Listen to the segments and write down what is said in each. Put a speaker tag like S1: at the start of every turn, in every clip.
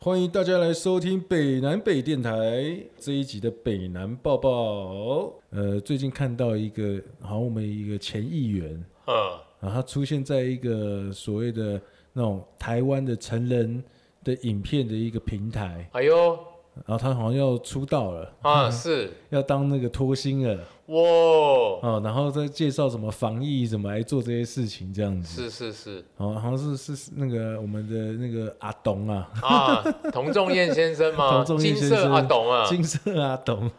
S1: 欢迎大家来收听北南北电台这一集的北南抱抱。呃，最近看到一个，好像我们一个前议员，
S2: 嗯，
S1: 然后他出现在一个所谓的那种台湾的成人的影片的一个平台，
S2: 哎呦，
S1: 然后他好像要出道了，
S2: 啊是，
S1: 要当那个脱星了
S2: 哇，
S1: 哦，然后再介绍怎么防疫，怎么来做这些事情这样子。
S2: 是是是，
S1: 哦，好像是是那个我们的那个阿东啊，
S2: 啊，童仲彦先 生吗？
S1: 唐仲
S2: 金
S1: 彦先
S2: 色
S1: 生
S2: 啊，懂啊，
S1: 金色阿东，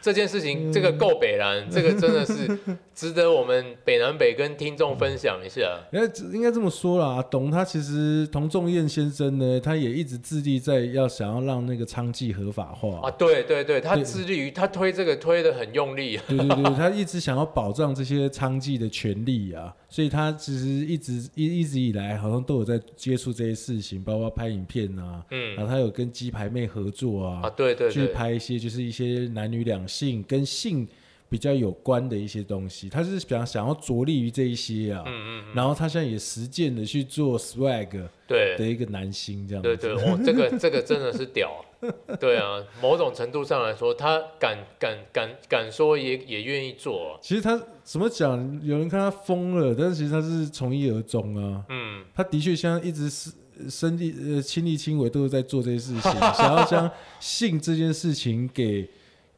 S2: 这件事情这个
S1: 嗯
S2: 够北南，这个真的是值得我们北南北跟听众分享一下。
S1: 应该这应该这么说啦，董他其实童仲彦先生呢，他也一直致力在要想要让那个娼妓合法化。
S2: 啊，对对对，
S1: 嗯
S2: 他
S1: 对
S2: 致力于他推这个推的很用力，啊
S1: 对对对，他一直想要保障这些娼妓的权利啊，所以他其实一直一一直以来好像都有在接触这些事情，包括拍影片啊，
S2: 嗯
S1: 然后他有跟鸡排妹合作啊
S2: 啊，，对对
S1: 去
S2: 对，
S1: 拍一些就是一些男女两性跟性比较有关的一些东西，他是想想要着力于这一些啊，
S2: 嗯嗯，
S1: 然后他现在也实践的去做 swag
S2: 对
S1: 的一个男星这样
S2: 对
S1: 子，
S2: 对，哦，这个这个真的是屌，对啊，某种程度上来说，他敢敢敢敢说也也愿意做，啊
S1: 其实他怎么讲，有人看他疯了，但是其实他是从一而终啊，
S2: 嗯。
S1: 他的确现在一直是。呃身力呃亲力亲为都是在做这些事 情，想要将性这件事情给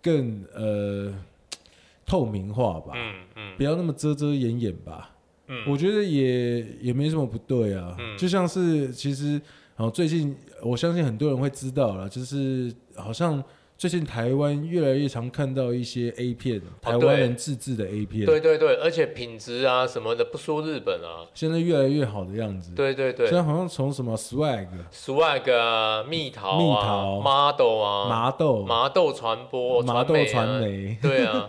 S1: 更呃透明化吧，
S2: 嗯嗯
S1: 不要那么遮遮掩掩吧。
S2: 嗯
S1: 我觉得也也没什么不对啊。
S2: 嗯
S1: 就像是其实哦，最近我相信很多人会知道了，就是好像最近台湾越来越常看到一些 A 片，台湾人自制的 A 片，
S2: 哦对对对，而且品质啊什么的不输日本啊。
S1: 现在越来越好的样子。
S2: 对对对
S1: 现在好像从什么 swag、
S2: ，swag 啊，蜜桃
S1: 蜜
S2: 啊
S1: 桃
S2: ，model 啊，
S1: 麻豆、
S2: 麻豆传播、
S1: 麻豆传
S2: 媒
S1: 媒
S2: 啊。对 啊，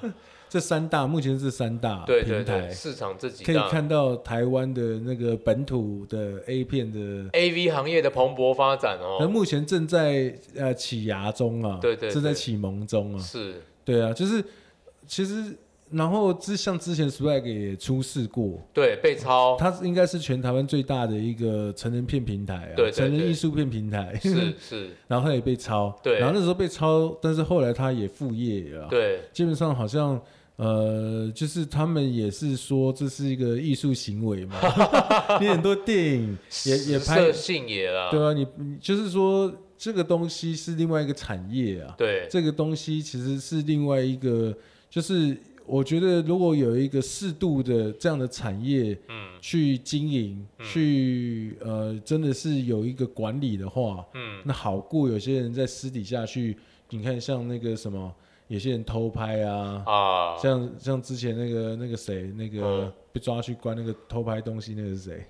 S1: 这三大，目前是三大
S2: 对
S1: 平
S2: 对对，
S1: 台，
S2: 市场这几
S1: 可以
S2: 大
S1: 看到台湾的那个本土的 A 片的
S2: AV 行业的蓬勃发展
S1: 那
S2: 哦，
S1: 目前正在呃起芽中啊，
S2: 对对对
S1: 正在启蒙中啊，
S2: 是
S1: 对啊，就是其实然后之像之前 Swag 也出事过，
S2: 对被 抄，
S1: 它应该是全台湾最大的一个成人片平台啊，
S2: 对对对
S1: 成人艺术片平台，
S2: 是是，
S1: 然后它也被抄，
S2: 对
S1: 然后那时候被抄，但是后来它也副业了啊，
S2: 对
S1: 基本上好像。呃，就是他们也是说这是一个艺术行为 嘛， 你很多电影也也拍
S2: 色性也啦，
S1: 对啊，你你就是说这个东西是另外一个产业啊，
S2: 对
S1: 这个东西其实是另外一个，就是我觉得如果有一个适度的这样的产业，
S2: 嗯
S1: 去经营，去呃，真的是有一个管理的话，
S2: 嗯
S1: 那好过有些人在私底下去，你看像那个什么，有些人偷拍啊。
S2: 啊，
S1: 像像之前那个那个谁，那个
S2: 嗯
S1: 被抓去关那个偷拍东西那个是谁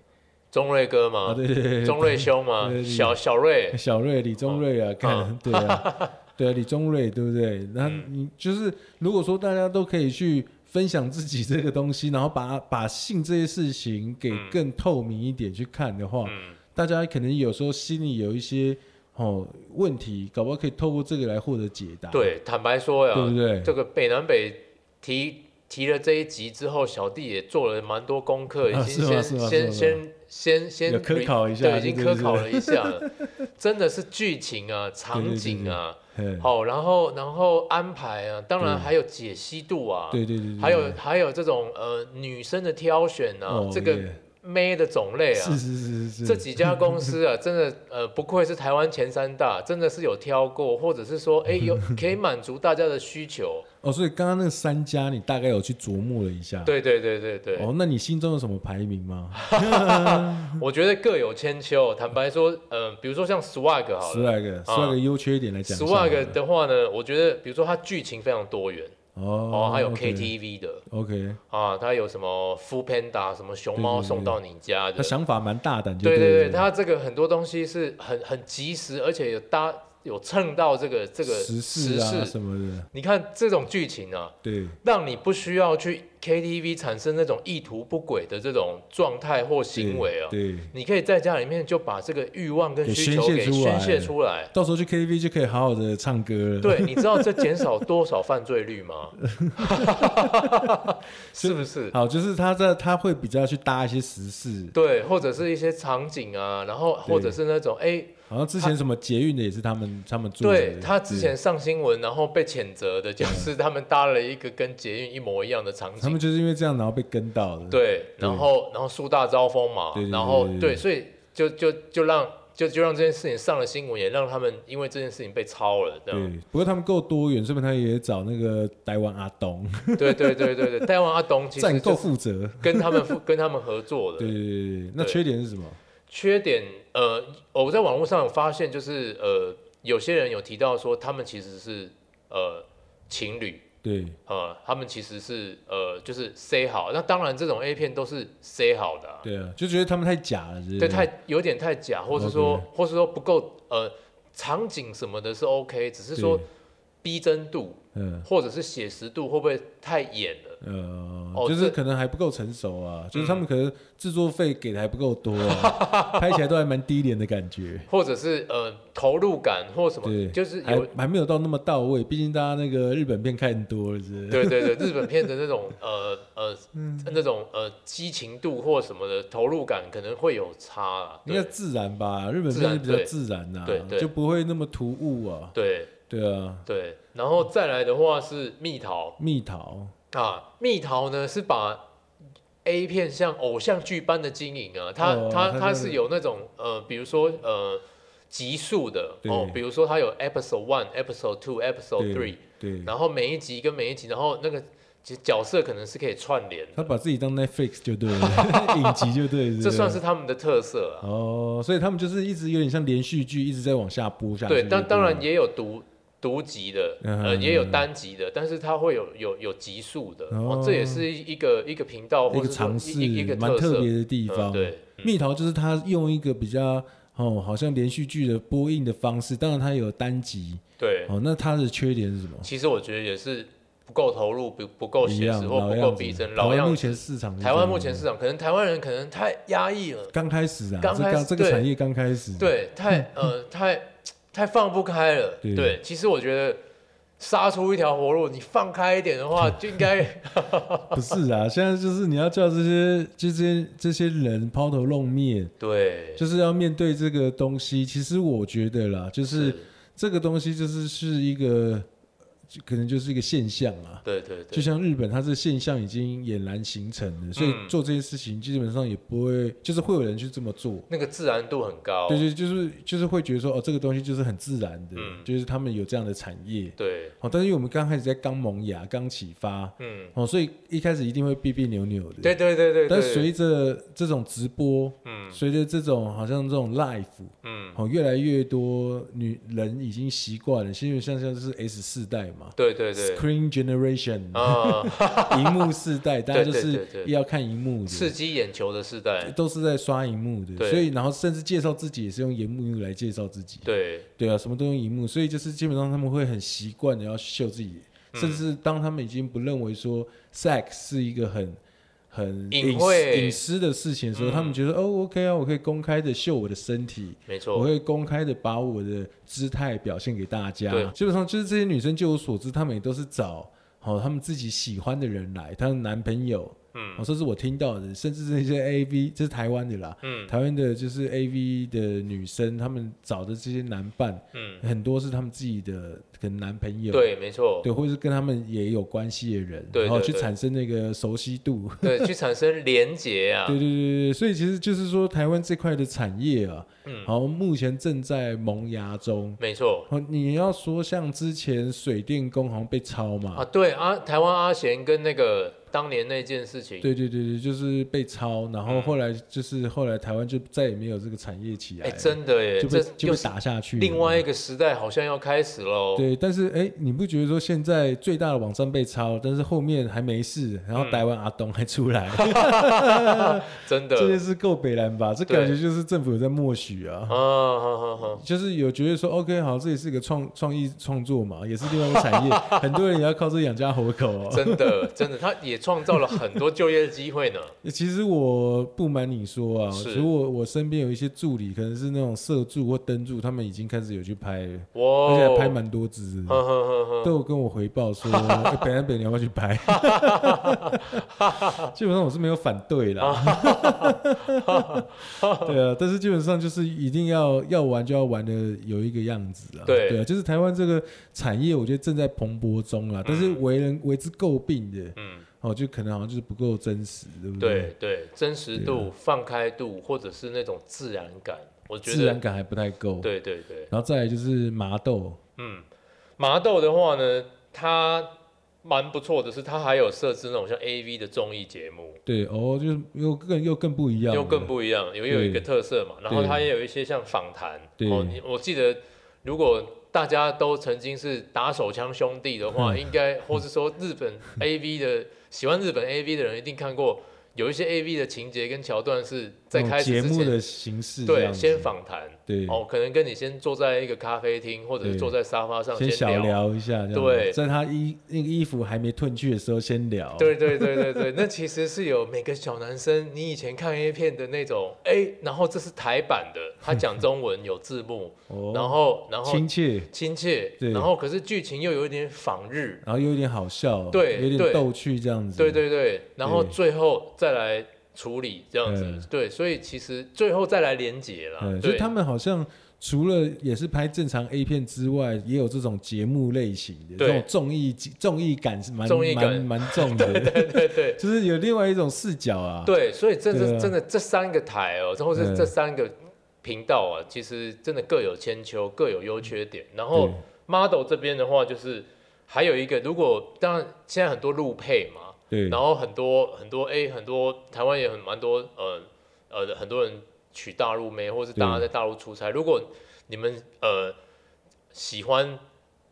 S2: 钟瑞哥
S1: 啊？
S2: 嘛，
S1: 对对对，
S2: 钟瑞兄嘛
S1: 对，对对
S2: 小 小瑞，
S1: 小瑞、李宗瑞
S2: 哦
S1: 啊，看、对啊，对啊，李宗瑞对不对？那
S2: 嗯
S1: 你就是如果说大家都可以去分享自己这个东西，然后把把性这些事情给
S2: 嗯
S1: 更透明一点去看的话，
S2: 嗯，
S1: 大家可能有时候心里有一些哦问题，搞不好可以透过这个来获得解答，
S2: 对，啊坦白说呀，
S1: 对不对？
S2: 这个北南北提提了这一集之后，小弟也做了蛮多功课，已
S1: 啊是
S2: 经
S1: 吗
S2: 先
S1: 是吗
S2: 先
S1: 是
S2: 先先先
S1: 有科考一下
S2: 对，已经
S1: 对
S2: 科
S1: 对对
S2: 考了一 下了，真的是剧情啊、场景啊，
S1: 嘿
S2: 好，然后然后安排啊，当然
S1: 对
S2: 还有解析度啊，
S1: 对对对对，
S2: 还有还有这种呃女生的挑选啊，
S1: 哦
S2: 这个
S1: 耶
S2: 妹的种类啊
S1: 是。是是是
S2: 这
S1: 是，
S2: 几家公司啊， 真的呃，不愧是台湾前三大，真的是有挑过，或者是说，哎， 有可以满足大家的需求。
S1: 哦，所以刚刚那三家你大概有去琢磨了一下，
S2: 对对对对对。
S1: 哦，那你心中有什么排名吗？
S2: 我觉得各有千秋。坦白说，呃，比如说像 Swag 好
S1: 十
S2: 了啊
S1: 来个，十来个优缺点来讲一下好了。
S2: ，Swag 的话呢，我觉得比如说它剧情非常多元
S1: 哦
S2: 哦，还有 KTV 的
S1: OK，
S2: 啊，它有什么 Food Panda 什么熊猫
S1: 对对对
S2: 送到你家的
S1: 他，想法蛮大胆就
S2: 对
S1: 对
S2: 对，
S1: 了
S2: 它这个很多东西是很很及时，而且有搭有蹭到这个这个
S1: 时
S2: 时
S1: 事啊
S2: 事。
S1: 什么的，
S2: 你看这种剧情啊，
S1: 对
S2: 让你不需要去 KTV 产生那种意图不轨的这种状态或行为啊。
S1: 对，对
S2: 你可以在家里面就把这个欲望跟
S1: 给
S2: 需求
S1: 宣泄
S2: 给
S1: 出来
S2: 宣泄出来。
S1: 到时候去 KTV 就可以好好的唱歌了。
S2: 对，你知道这减少多少犯罪率 吗？是不是？
S1: 好，就是他在他会比较去搭一些时事，
S2: 对，或者是一些场景啊，然后或者是那种哎、诶
S1: 好像之前什么捷运的也是他们他们做的。
S2: 对他之前上新闻，然后被谴责的就是他们搭了一个跟捷运一模一样的场
S1: 他
S2: 景
S1: 们，就是因为这样，然后被跟到的。
S2: 对，然后然后树大招风嘛
S1: 对对，对
S2: 然后
S1: 对对
S2: 对，所以就就就让就就让这件事情上了新闻，也让他们因为这件事情被抄了，这样。
S1: 对，不过他们够多元，说明他也找那个台湾阿东，
S2: 对对对对对，台湾阿东 其
S1: 站
S2: 实
S1: 够
S2: 就是
S1: 负责。
S2: 跟他们负跟他们合作的
S1: 对。对对对，那
S2: 对
S1: 缺点是什么？
S2: 缺点，呃，我在网络上有发现，就是呃，有些人有提到说他们其实是呃情侣，
S1: 对，
S2: 呃，他们其实是呃就是 say 好，那当然这种 A 片都是 say 好的啊、
S1: 对啊，就觉得他们太假了，是不是
S2: 对，太有点太假，或是说或是说不够呃场景什么的是 OK，只是说
S1: 对
S2: 逼真度
S1: 嗯
S2: 或者是写实度会不会太演了？
S1: 呃，
S2: 哦
S1: 就是
S2: 这嗯
S1: 可能还不够成熟啊，就是他们可能制作费给的还不够多 啊，拍起来都还蛮低廉的感觉。
S2: 或者是呃投入感或什
S1: 对
S2: 么，哦就是
S1: 还
S2: 有
S1: 还没有到那么到位，毕竟大家那个日本片看多了，是不是
S2: 对对对，日本片的那种呃呃
S1: 嗯
S2: 那种呃激情度或什么的投入感可能会有差啊。
S1: 应该
S2: 对
S1: 自然吧？日本
S2: 自
S1: 片
S2: 然
S1: 是比较
S2: 对
S1: 自然呐、
S2: 对对
S1: 就不会那么突兀啊。
S2: 对
S1: 对啊，
S2: 对，然后再来的话是蜜桃
S1: 蜜桃，
S2: 啊，蜜桃呢是把 A 片像偶像剧般的经营啊，它、
S1: 哦它
S2: 它它
S1: 是
S2: 是有那种呃，比如说呃集数的哦
S1: 对，
S2: 比如说它有 Episode One、Episode Two、
S1: 对
S2: Episode Three，
S1: 对，
S2: 然后每一集跟每一集，然后那个其实角色可能是可以串联
S1: 他
S2: 的，
S1: 把自己当 Netflix 就对了， 影集就对了，
S2: 这
S1: 不
S2: 算是他们的特色啊。
S1: 哦，所以他们就是一直有点像连续剧，一直在往下播下去。
S2: 对，
S1: 不
S2: 但当然也有独独集的，呃，
S1: 嗯
S2: 也有单集的，但是它会有有有集数的，
S1: 哦
S2: 哦，这也是一个一个频道
S1: 一
S2: 或
S1: 个
S2: 者说
S1: 尝
S2: 一
S1: 试，
S2: 一一个
S1: 蛮
S2: 特
S1: 特
S2: 色
S1: 别的地方。
S2: 嗯对，
S1: 蜜桃就是他用一个比较哦，好像连续剧的播映的方式，当然它有单集
S2: 对，
S1: 哦。那它的缺点是什么？
S2: 其实我觉得也是不够投入，不不够
S1: 一
S2: 写
S1: 样
S2: 实或
S1: 老
S2: 不够
S1: 样子
S2: 逼真，
S1: 台
S2: 老
S1: 湾
S2: 样
S1: 目
S2: 子。
S1: 前市场是
S2: 台湾
S1: 这
S2: 目
S1: 样
S2: 前
S1: 子
S2: 市场可能台湾人可能太压抑了，
S1: 刚开始啊，
S2: 刚
S1: 这
S2: 开
S1: 刚
S2: 始
S1: 这个
S2: 对
S1: 产业刚开始，
S2: 对，太呃太太放不开了，
S1: 对
S2: 对，其实我觉得。杀出一条活路，你放开一点的话，就应该
S1: 不是啊，现在就是你要叫这些这些这些人抛头露面，
S2: 对，
S1: 就是要面对这个东西。其实我觉得啦，就是这个东西就是是一个，就可能就是一个现象啊。
S2: 对对对，
S1: 就像日本，它这现象已经俨然形成了，所以
S2: 嗯
S1: 做这些事情基本上也不会，就是会有人去这么做。
S2: 那个自然度很高。
S1: 对对，就是就是会觉得说，哦，这个东西就是很自然的，
S2: 嗯
S1: 就是他们有这样的产业。
S2: 对
S1: 好、但是因为我们刚开始在刚萌芽、刚启发，
S2: 嗯，
S1: 哦，所以一开始一定会别别扭扭的。
S2: 对对对对
S1: 但
S2: 对，
S1: 随着这种直播，
S2: 嗯
S1: 随着这种好像这种 live，
S2: 嗯，
S1: 哦，越来越多女人已经习惯了，因为像像是 S 世代嘛
S2: 对对对，
S1: ，Screen Generation，
S2: 啊，
S1: 荧幕世代，大家就
S2: 对对
S1: 是
S2: 对对
S1: 要看荧幕
S2: 刺
S1: 的，
S2: 激眼球的时代，
S1: 都是在刷荧幕的，
S2: 对
S1: 所以然后甚至介绍自己也是用荧幕来介绍自己，
S2: 对
S1: 对啊，什么都用荧幕，所以就是基本上他们会很习惯的要秀自己，
S2: 嗯
S1: 甚至当他们已经不认为说 sex 是一个很很
S2: 隐
S1: 私
S2: 晦
S1: 隐私的事情的时候，
S2: 嗯
S1: 他们觉得哦 OK 啊，我可以公开的秀我的身体，
S2: 没
S1: 我
S2: 错，
S1: 会公开的把我的姿态表现给大家
S2: 对。
S1: 基本上就是这些女生，就我所知，她们也都是找哦她们自己喜欢的人来，她的男朋友，
S2: 嗯
S1: 哦，这是我听到的，甚至那些 AV，这是台湾的啦，
S2: 嗯
S1: 台湾的就是 AV 的女生，她们找的这些男伴，
S2: 嗯，
S1: 很多是她们自己的可能男朋友，
S2: 对，没错，
S1: 对，或者是跟他们也有关系的人，
S2: 对
S1: 然后
S2: 对
S1: 去
S2: 对
S1: 产生那个熟悉度。
S2: 对，去产生连结啊
S1: 对，对对对，对所以其实就是说，台湾这块的产业啊，
S2: 嗯
S1: 好，目前正在萌芽中。
S2: 没错
S1: 哦，你要说像之前水电工好像被抄嘛？
S2: 啊，对啊，台湾阿贤跟那个当年那件事情，
S1: 对对对对，就是被抄，然后
S2: 嗯
S1: 后来就是、后来台湾就再也没有这个产业起来
S2: 哎，
S1: 了，
S2: 真的耶，
S1: 就
S2: 这
S1: 被就
S2: 又
S1: 被
S2: 是
S1: 打下去了。
S2: 另外一个时代，好像要开始喽。
S1: 对，但是哎，你不觉得说现在最大的网站被抄，但是后面还没事，然
S2: 嗯
S1: 后台湾阿东还出 来，
S2: 真
S1: 这件
S2: 的
S1: 事够北蓝吧？这感觉就是政府有在默许啊
S2: 啊，。好好好，
S1: 就是有觉得说，OK，好，这也是一个创 创意创作嘛，也是另外一个产业，很多人也要靠这养家糊口哦。
S2: 真的，真的，它也也创造了很多就业的机会呢。
S1: 其实我不瞒你说啊，
S2: 是
S1: 其实我我身边有一些助理，可能是那种社助或灯助，他们已经开始有去拍了，
S2: 哇
S1: 而且
S2: 哦，嗯
S1: 还拍蛮多支的，
S2: 呵呵呵呵
S1: 都有跟我回报 说，哎北南北你要不要去拍？基本上我是没有反对啦， 对啊，但是基本上就是一定要要玩就要玩的有一个样子啊，
S2: 对
S1: 啊，就是台湾这个产业，我觉得正在蓬勃中啊，但是为人为之诟病的，
S2: 嗯，
S1: 哦，就可能好像就是不够真实，对不
S2: 对对，真实
S1: 对啊
S2: 度、放开度，或者是那种自然感，我觉
S1: 自然
S2: 得，
S1: 感还不太够。
S2: 对对对，
S1: 然后再来就是麻豆，
S2: 嗯，麻豆的话呢，它蛮不错的是，它还有设置那种像 A V 的综艺节目，
S1: 对哦，就是又更又更不一样了，
S2: 又更不一样，有有一个特色嘛。然后它也有一些像访谈，
S1: 对
S2: 哦，你我记得如果大家都曾经是打手枪兄弟的
S1: 嗯
S2: 话，应该或是说日 本 A V 的喜欢日本 A V 的人一定看过，有一些 A V 的情节跟桥段是
S1: 那
S2: 在
S1: 种
S2: 开始
S1: 节
S2: 之
S1: 目
S2: 前，
S1: 的形式这
S2: 对，
S1: 样子，
S2: 先访谈，
S1: 对，
S2: 哦，可能跟你先坐在一个咖啡厅或者
S1: 对
S2: 是坐在沙发上
S1: 先小
S2: 聊。
S1: 聊一下，这样子
S2: 对
S1: 在他衣那个衣服还没褪去的时候先聊，
S2: 对对对对对，那其实是有每个小男生，你以前看 A 片的那种，哎，然后这是台版的，他讲中文有字幕，
S1: 哦，
S2: 然后然后
S1: 亲切，
S2: 亲切，
S1: 对
S2: 然后可是剧情又有一点仿日，
S1: 然后又有点好笑，
S2: 对
S1: 有点
S2: 对
S1: 逗趣这样子，
S2: 对对对，然后
S1: 对
S2: 最后再来处理这样子，
S1: 嗯
S2: 对，所以其实最后再来连结啦，
S1: 嗯，所以
S2: 啊对
S1: 他们好像除了也是拍正常 A 片之外，也有这种节目类型的，这
S2: 对
S1: 种综艺综艺感是蛮
S2: 综艺
S1: 蛮
S2: 感
S1: 蛮重的，
S2: 对对对
S1: 就是有另外一种视角啊，
S2: 对，所以真
S1: 对啊
S2: 的真的这三个台哦，或
S1: 嗯
S2: 是这三个频道啊，其实真的各有千秋，各有优缺点，然后
S1: 对。
S2: model 这边的话，就是还有一个，如果当然现在很多路配嘛，
S1: 对，
S2: 然后很多很多 A 很多台湾也很蛮多呃呃很多人娶大陆妹，或是大家
S1: 对
S2: 在大陆出差。如果你们呃喜欢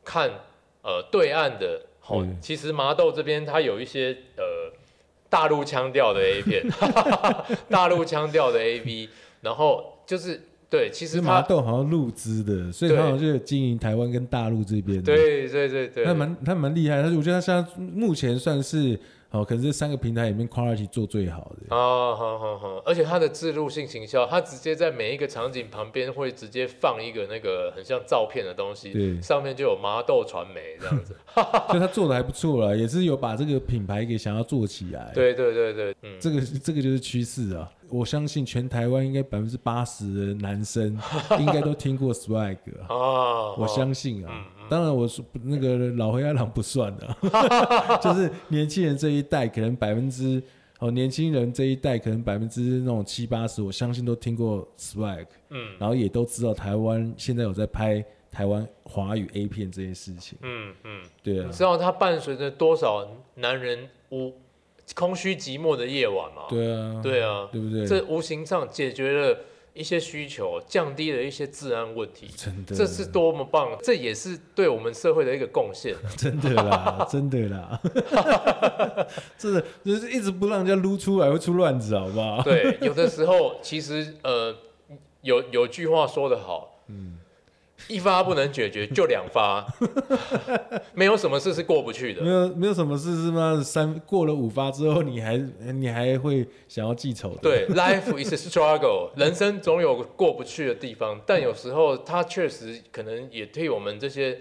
S2: 看呃对岸的，吼
S1: 对
S2: 其实麻豆这边它有一些呃大陆腔调的 A 片，大陆腔调的 A V，然后就是对，其
S1: 其
S2: 实
S1: 实麻
S2: 它
S1: 豆好像入资的，所以他
S2: 对
S1: 好像就有经营台湾跟大陆这边。，
S2: 对对对对，
S1: 他蛮他蛮厉害，但是我觉得他现在目前算是哦，可能这三个平台里面 quality 做最好的。
S2: 哦，好好好，而且它的置入性行销，它直接在每一个场景旁边会直接放一个那个很像照片的东
S1: 对
S2: 西，上面就有麻豆传媒这样子。
S1: 所以他做的还不错啦，也是有把这个品牌给想要做起来。，
S2: 对对对对，嗯，
S1: 这个这个就是趋势啊！我相信全台湾应该百分之八十的男 生应该都听过 swag 啊，
S2: 啊，
S1: 我相信啊。
S2: 嗯
S1: 当然，我说那个老灰阿郎不算啊， 就是年轻人这一代可能百分之哦，年轻人这一代可能百分之那种七八十，我相信都听过 swag，
S2: 嗯
S1: 然后也都知道台湾现在有在拍台湾华语 A 片这件事情。
S2: 嗯嗯，
S1: 对啊
S2: 你，知道它伴随着多少男人无空虚寂寞的夜晚吗？
S1: 对啊，
S2: 对啊，
S1: 对不对？
S2: 嗯这无形上解决了一些需求，降低了一些治安问题，
S1: 真的，
S2: 这是多么棒！这也是对我们社会的一个贡献啊。
S1: 真的 啦，真的啦， 真的就是一直不让人家撸出来，会出乱子，好不好？
S2: 对，有的时候其实呃，有有句话说得好，一发不能解决就两发， 没有什么事是过不去
S1: 没
S2: 的。
S1: 有没有什么事是吗？三过了五发之后，你还你还会想要记仇的？
S2: 对，life is a struggle，人生总有过不去的地方，但有时候它确实可能也替我们这些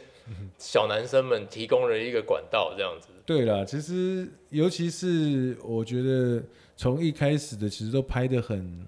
S2: 小男生们提供了一个管道，这样子。
S1: 对啦，其实尤其是我觉得从一开始的其实都拍的很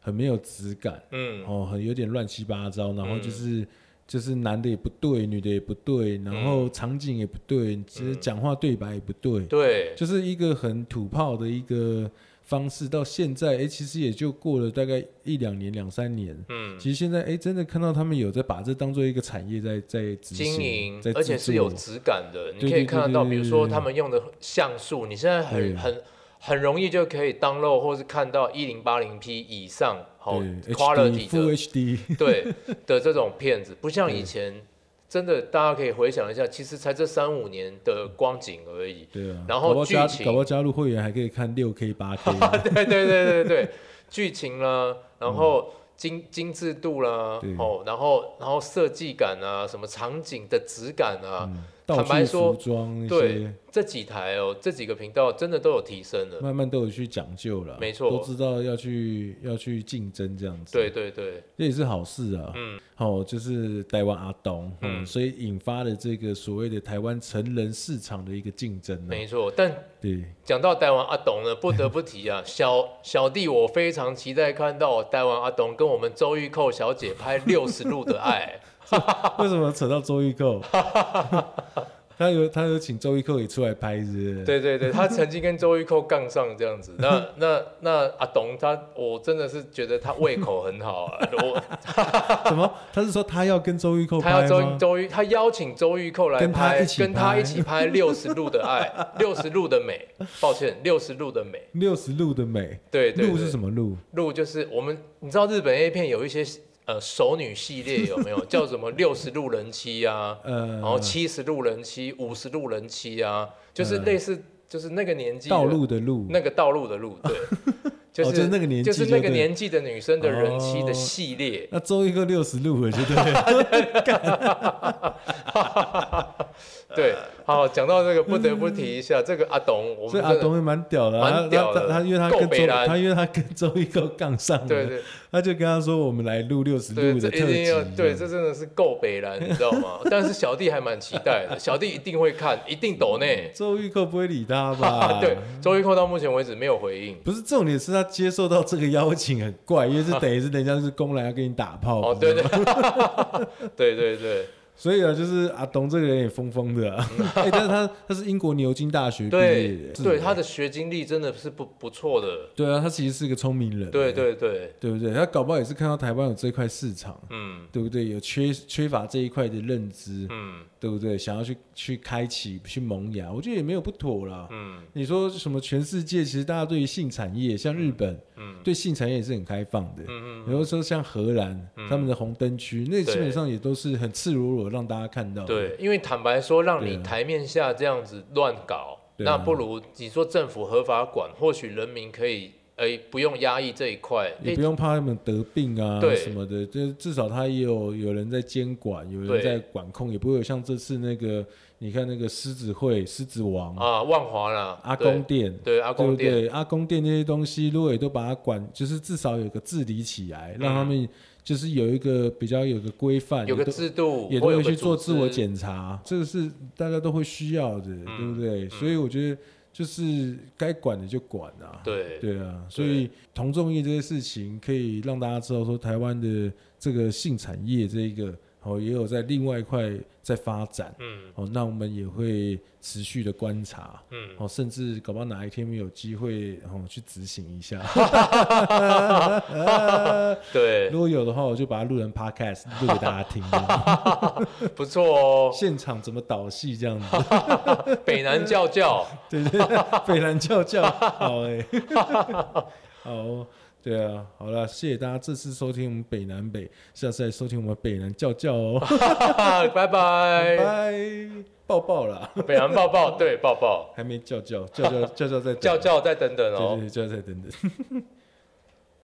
S1: 很没有质感，
S2: 嗯，
S1: 哦，很有点乱七八糟，然后
S2: 嗯
S1: 就是、就是男的也不对，女的也不对，然后场景也不对，其实讲话对白也不对，
S2: 嗯对，
S1: 就是一个很土炮的一个方式。到现在，哎、其实也就过了大概一两年、两三年。
S2: 嗯，
S1: 其实现在，哎、真的看到他们有在把这当做一个产业在在执行
S2: 经营
S1: 在，
S2: 而且
S1: 制
S2: 是有
S1: 作
S2: 质感
S1: 对
S2: 的，你可以
S1: 对
S2: 看得
S1: 对
S2: 到，
S1: 对
S2: 比如
S1: 对
S2: 说
S1: 对
S2: 他们用的像素，你现在
S1: 对
S2: 很很很容易就可以 download 或是看到一零八零 P 以上好
S1: 对
S2: quality
S1: HD Full
S2: 的
S1: HD，
S2: 对的这种片子，不像
S1: 对
S2: 以前真的，大家可以回想一下，其实才这三五年的光景而已。
S1: 对啊。
S2: 然
S1: 搞
S2: 后
S1: 不好加
S2: 剧情
S1: 搞不好加入会员还可以看六 K、八 K，
S2: 对对对对对，剧情啦，然后精精致度啦
S1: 嗯对，嗯
S2: 哦，然后然后设计感啊，什么场景的质感啊，
S1: 到
S2: 坦白
S1: 处
S2: 说
S1: 服装那
S2: 对
S1: 些，嗯
S2: 这几台哦，这几个频道真的都有提升了。
S1: 慢慢都有去讲究了，
S2: 没错
S1: 都知道要去要去竞争这样子，
S2: 对，对对，
S1: 这也是好事啊。
S2: 嗯，
S1: 哦，就是台湾阿东，嗯，
S2: 嗯
S1: 所以引发了这个所谓的台湾成人市场的一个竞争呢、
S2: 没错。但
S1: 对，
S2: 讲到台湾阿董呢，不得不提 啊，小小弟我非常期待看到台湾阿董跟我们周玉蔻小姐拍《六十路的 爱
S1: 为什么扯到周玉蔻？ 他有他有请周玉蔻也出来拍，是不是》。
S2: 对对对，他曾经跟周玉蔻杠上这样子。那那那阿董他，我真的是觉得他胃口很好 啊。我
S1: 什么？他是说他要跟周玉蔻
S2: 他
S1: 拍
S2: 要周
S1: 吗？
S2: 周玉，他邀请周玉蔻来
S1: 跟他
S2: 拍，
S1: 一起
S2: 跟他
S1: 拍
S2: 一起拍《六十路的爱》《六十路的美》。抱歉，《六十路的美》
S1: 六十路的美，
S2: 对对
S1: 路
S2: 对
S1: 是什么路？
S2: 路就是我们，你知道日本 A 片有一些呃熟女系列有没 有？叫什么六十路人妻啊，
S1: 呃，
S2: 然后七十路人妻、五十路人妻啊，就是类似就是那个年纪的
S1: 嗯道路的路，
S2: 那个道路的路，对， 就
S1: 哦就是那个年纪
S2: 就是那个
S1: 就对
S2: 年纪的女生的人妻的
S1: 哦
S2: 系列。
S1: 那周一个六十路，我 觉得
S2: 对，好，讲到这个不得不提一下这个阿董，我
S1: 所
S2: 们真
S1: 以阿
S2: 的
S1: 东也蛮屌的啊，
S2: 蛮
S1: 他
S2: 屌的
S1: 他他因为他跟
S2: 够北
S1: 周
S2: 蓝
S1: 他因为他跟周一个杠上了，
S2: 对对
S1: 他就跟他说我们来录六十
S2: 对，
S1: 路
S2: 这
S1: 的
S2: 一
S1: 特
S2: 定
S1: 辑嗯
S2: 要，对，这真的是够北蓝，你知道吗？但是小弟还蛮期待的，小弟一定会看，一定抖内。
S1: 周玉蔻不会理 他吧？
S2: 啊对，周玉蔻到目前为止没有回应。
S1: 不是重点是他接受到这个邀请很怪，因为是等于是人家是公然要跟你打炮。
S2: 哦，对对， 对对 对
S1: 所以啊，就是阿东这个人也疯疯的、 啊，哎、但是他他是英国牛津大学毕业
S2: 对
S1: 的，
S2: 对，
S1: 是
S2: 他的学经历真的是不不错的。
S1: 对啊，他其实是个聪明人，
S2: 对对对，
S1: 对不对？他搞不好也是看到台湾有这块市场，
S2: 嗯
S1: 对不对？有缺缺乏这一块的认知，
S2: 嗯
S1: 对不对？想要去去开启去萌芽，我觉得也没有不妥啦。
S2: 嗯
S1: 你说什么？全世界其实大家对于性产业，像日本，
S2: 嗯
S1: 对性产业也是很开放的。
S2: 嗯
S1: 比如说像荷兰，他们的红灯区，那基
S2: 对
S1: 本上也都是很赤裸裸让大家看到的。
S2: 嗯，对，因为坦白说，让你
S1: 对啊
S2: 台面下这样子乱搞，
S1: 对啊
S2: 那不如你说政府合法管，或许人民可以哎不用压抑这一块，
S1: 也
S2: 哎
S1: 不用怕他们得病啊
S2: 对
S1: 什么的，就至少他也有有人在监管，有
S2: 对
S1: 人在管控，也不会有像这次那个，你看那个狮子会、狮子王、
S2: 啊万华啦，
S1: 阿
S2: 对
S1: 公店。
S2: 对阿
S1: 对
S2: 公
S1: 不
S2: 店，
S1: 对？阿公店那些东西，如果也都把它管，就是至少有个治理起来，让他们就是有一个比较有个规范，
S2: 嗯有个
S1: 也都
S2: 制度，
S1: 也都
S2: 或有
S1: 会
S2: 个
S1: 去做
S2: 组
S1: 自我
S2: 织，
S1: 检查，这个是大家都会需要的，对
S2: 嗯
S1: 不对？所以我觉得就是该管的就管啊，
S2: 对
S1: 对啊，所以同众业这些事情可以让大家知道说台湾的这个性产业这一个哦也有在另外一块在发展
S2: 嗯
S1: 哦，那我们也会持续的观察。
S2: 嗯，
S1: 哦，甚至搞不好哪一天我们有机会哦去执行一 下。
S2: 对，
S1: 如果有的话，我就把它录成 podcast 录给大家听，这样
S2: 不错哦。
S1: 现场怎么导戏这样子。
S2: 北南教教，
S1: 对对，北兰教教，好哎、 好，对啊，好了，谢谢大家这次收听我们北南北，下次再收听我们北南教教哦，
S2: 拜拜。
S1: 拜，抱抱啦，
S2: 北南抱抱，对抱抱，
S1: 还没教教，教教教教再等
S2: 教，教再等等哦
S1: 对。对对，教教再等等，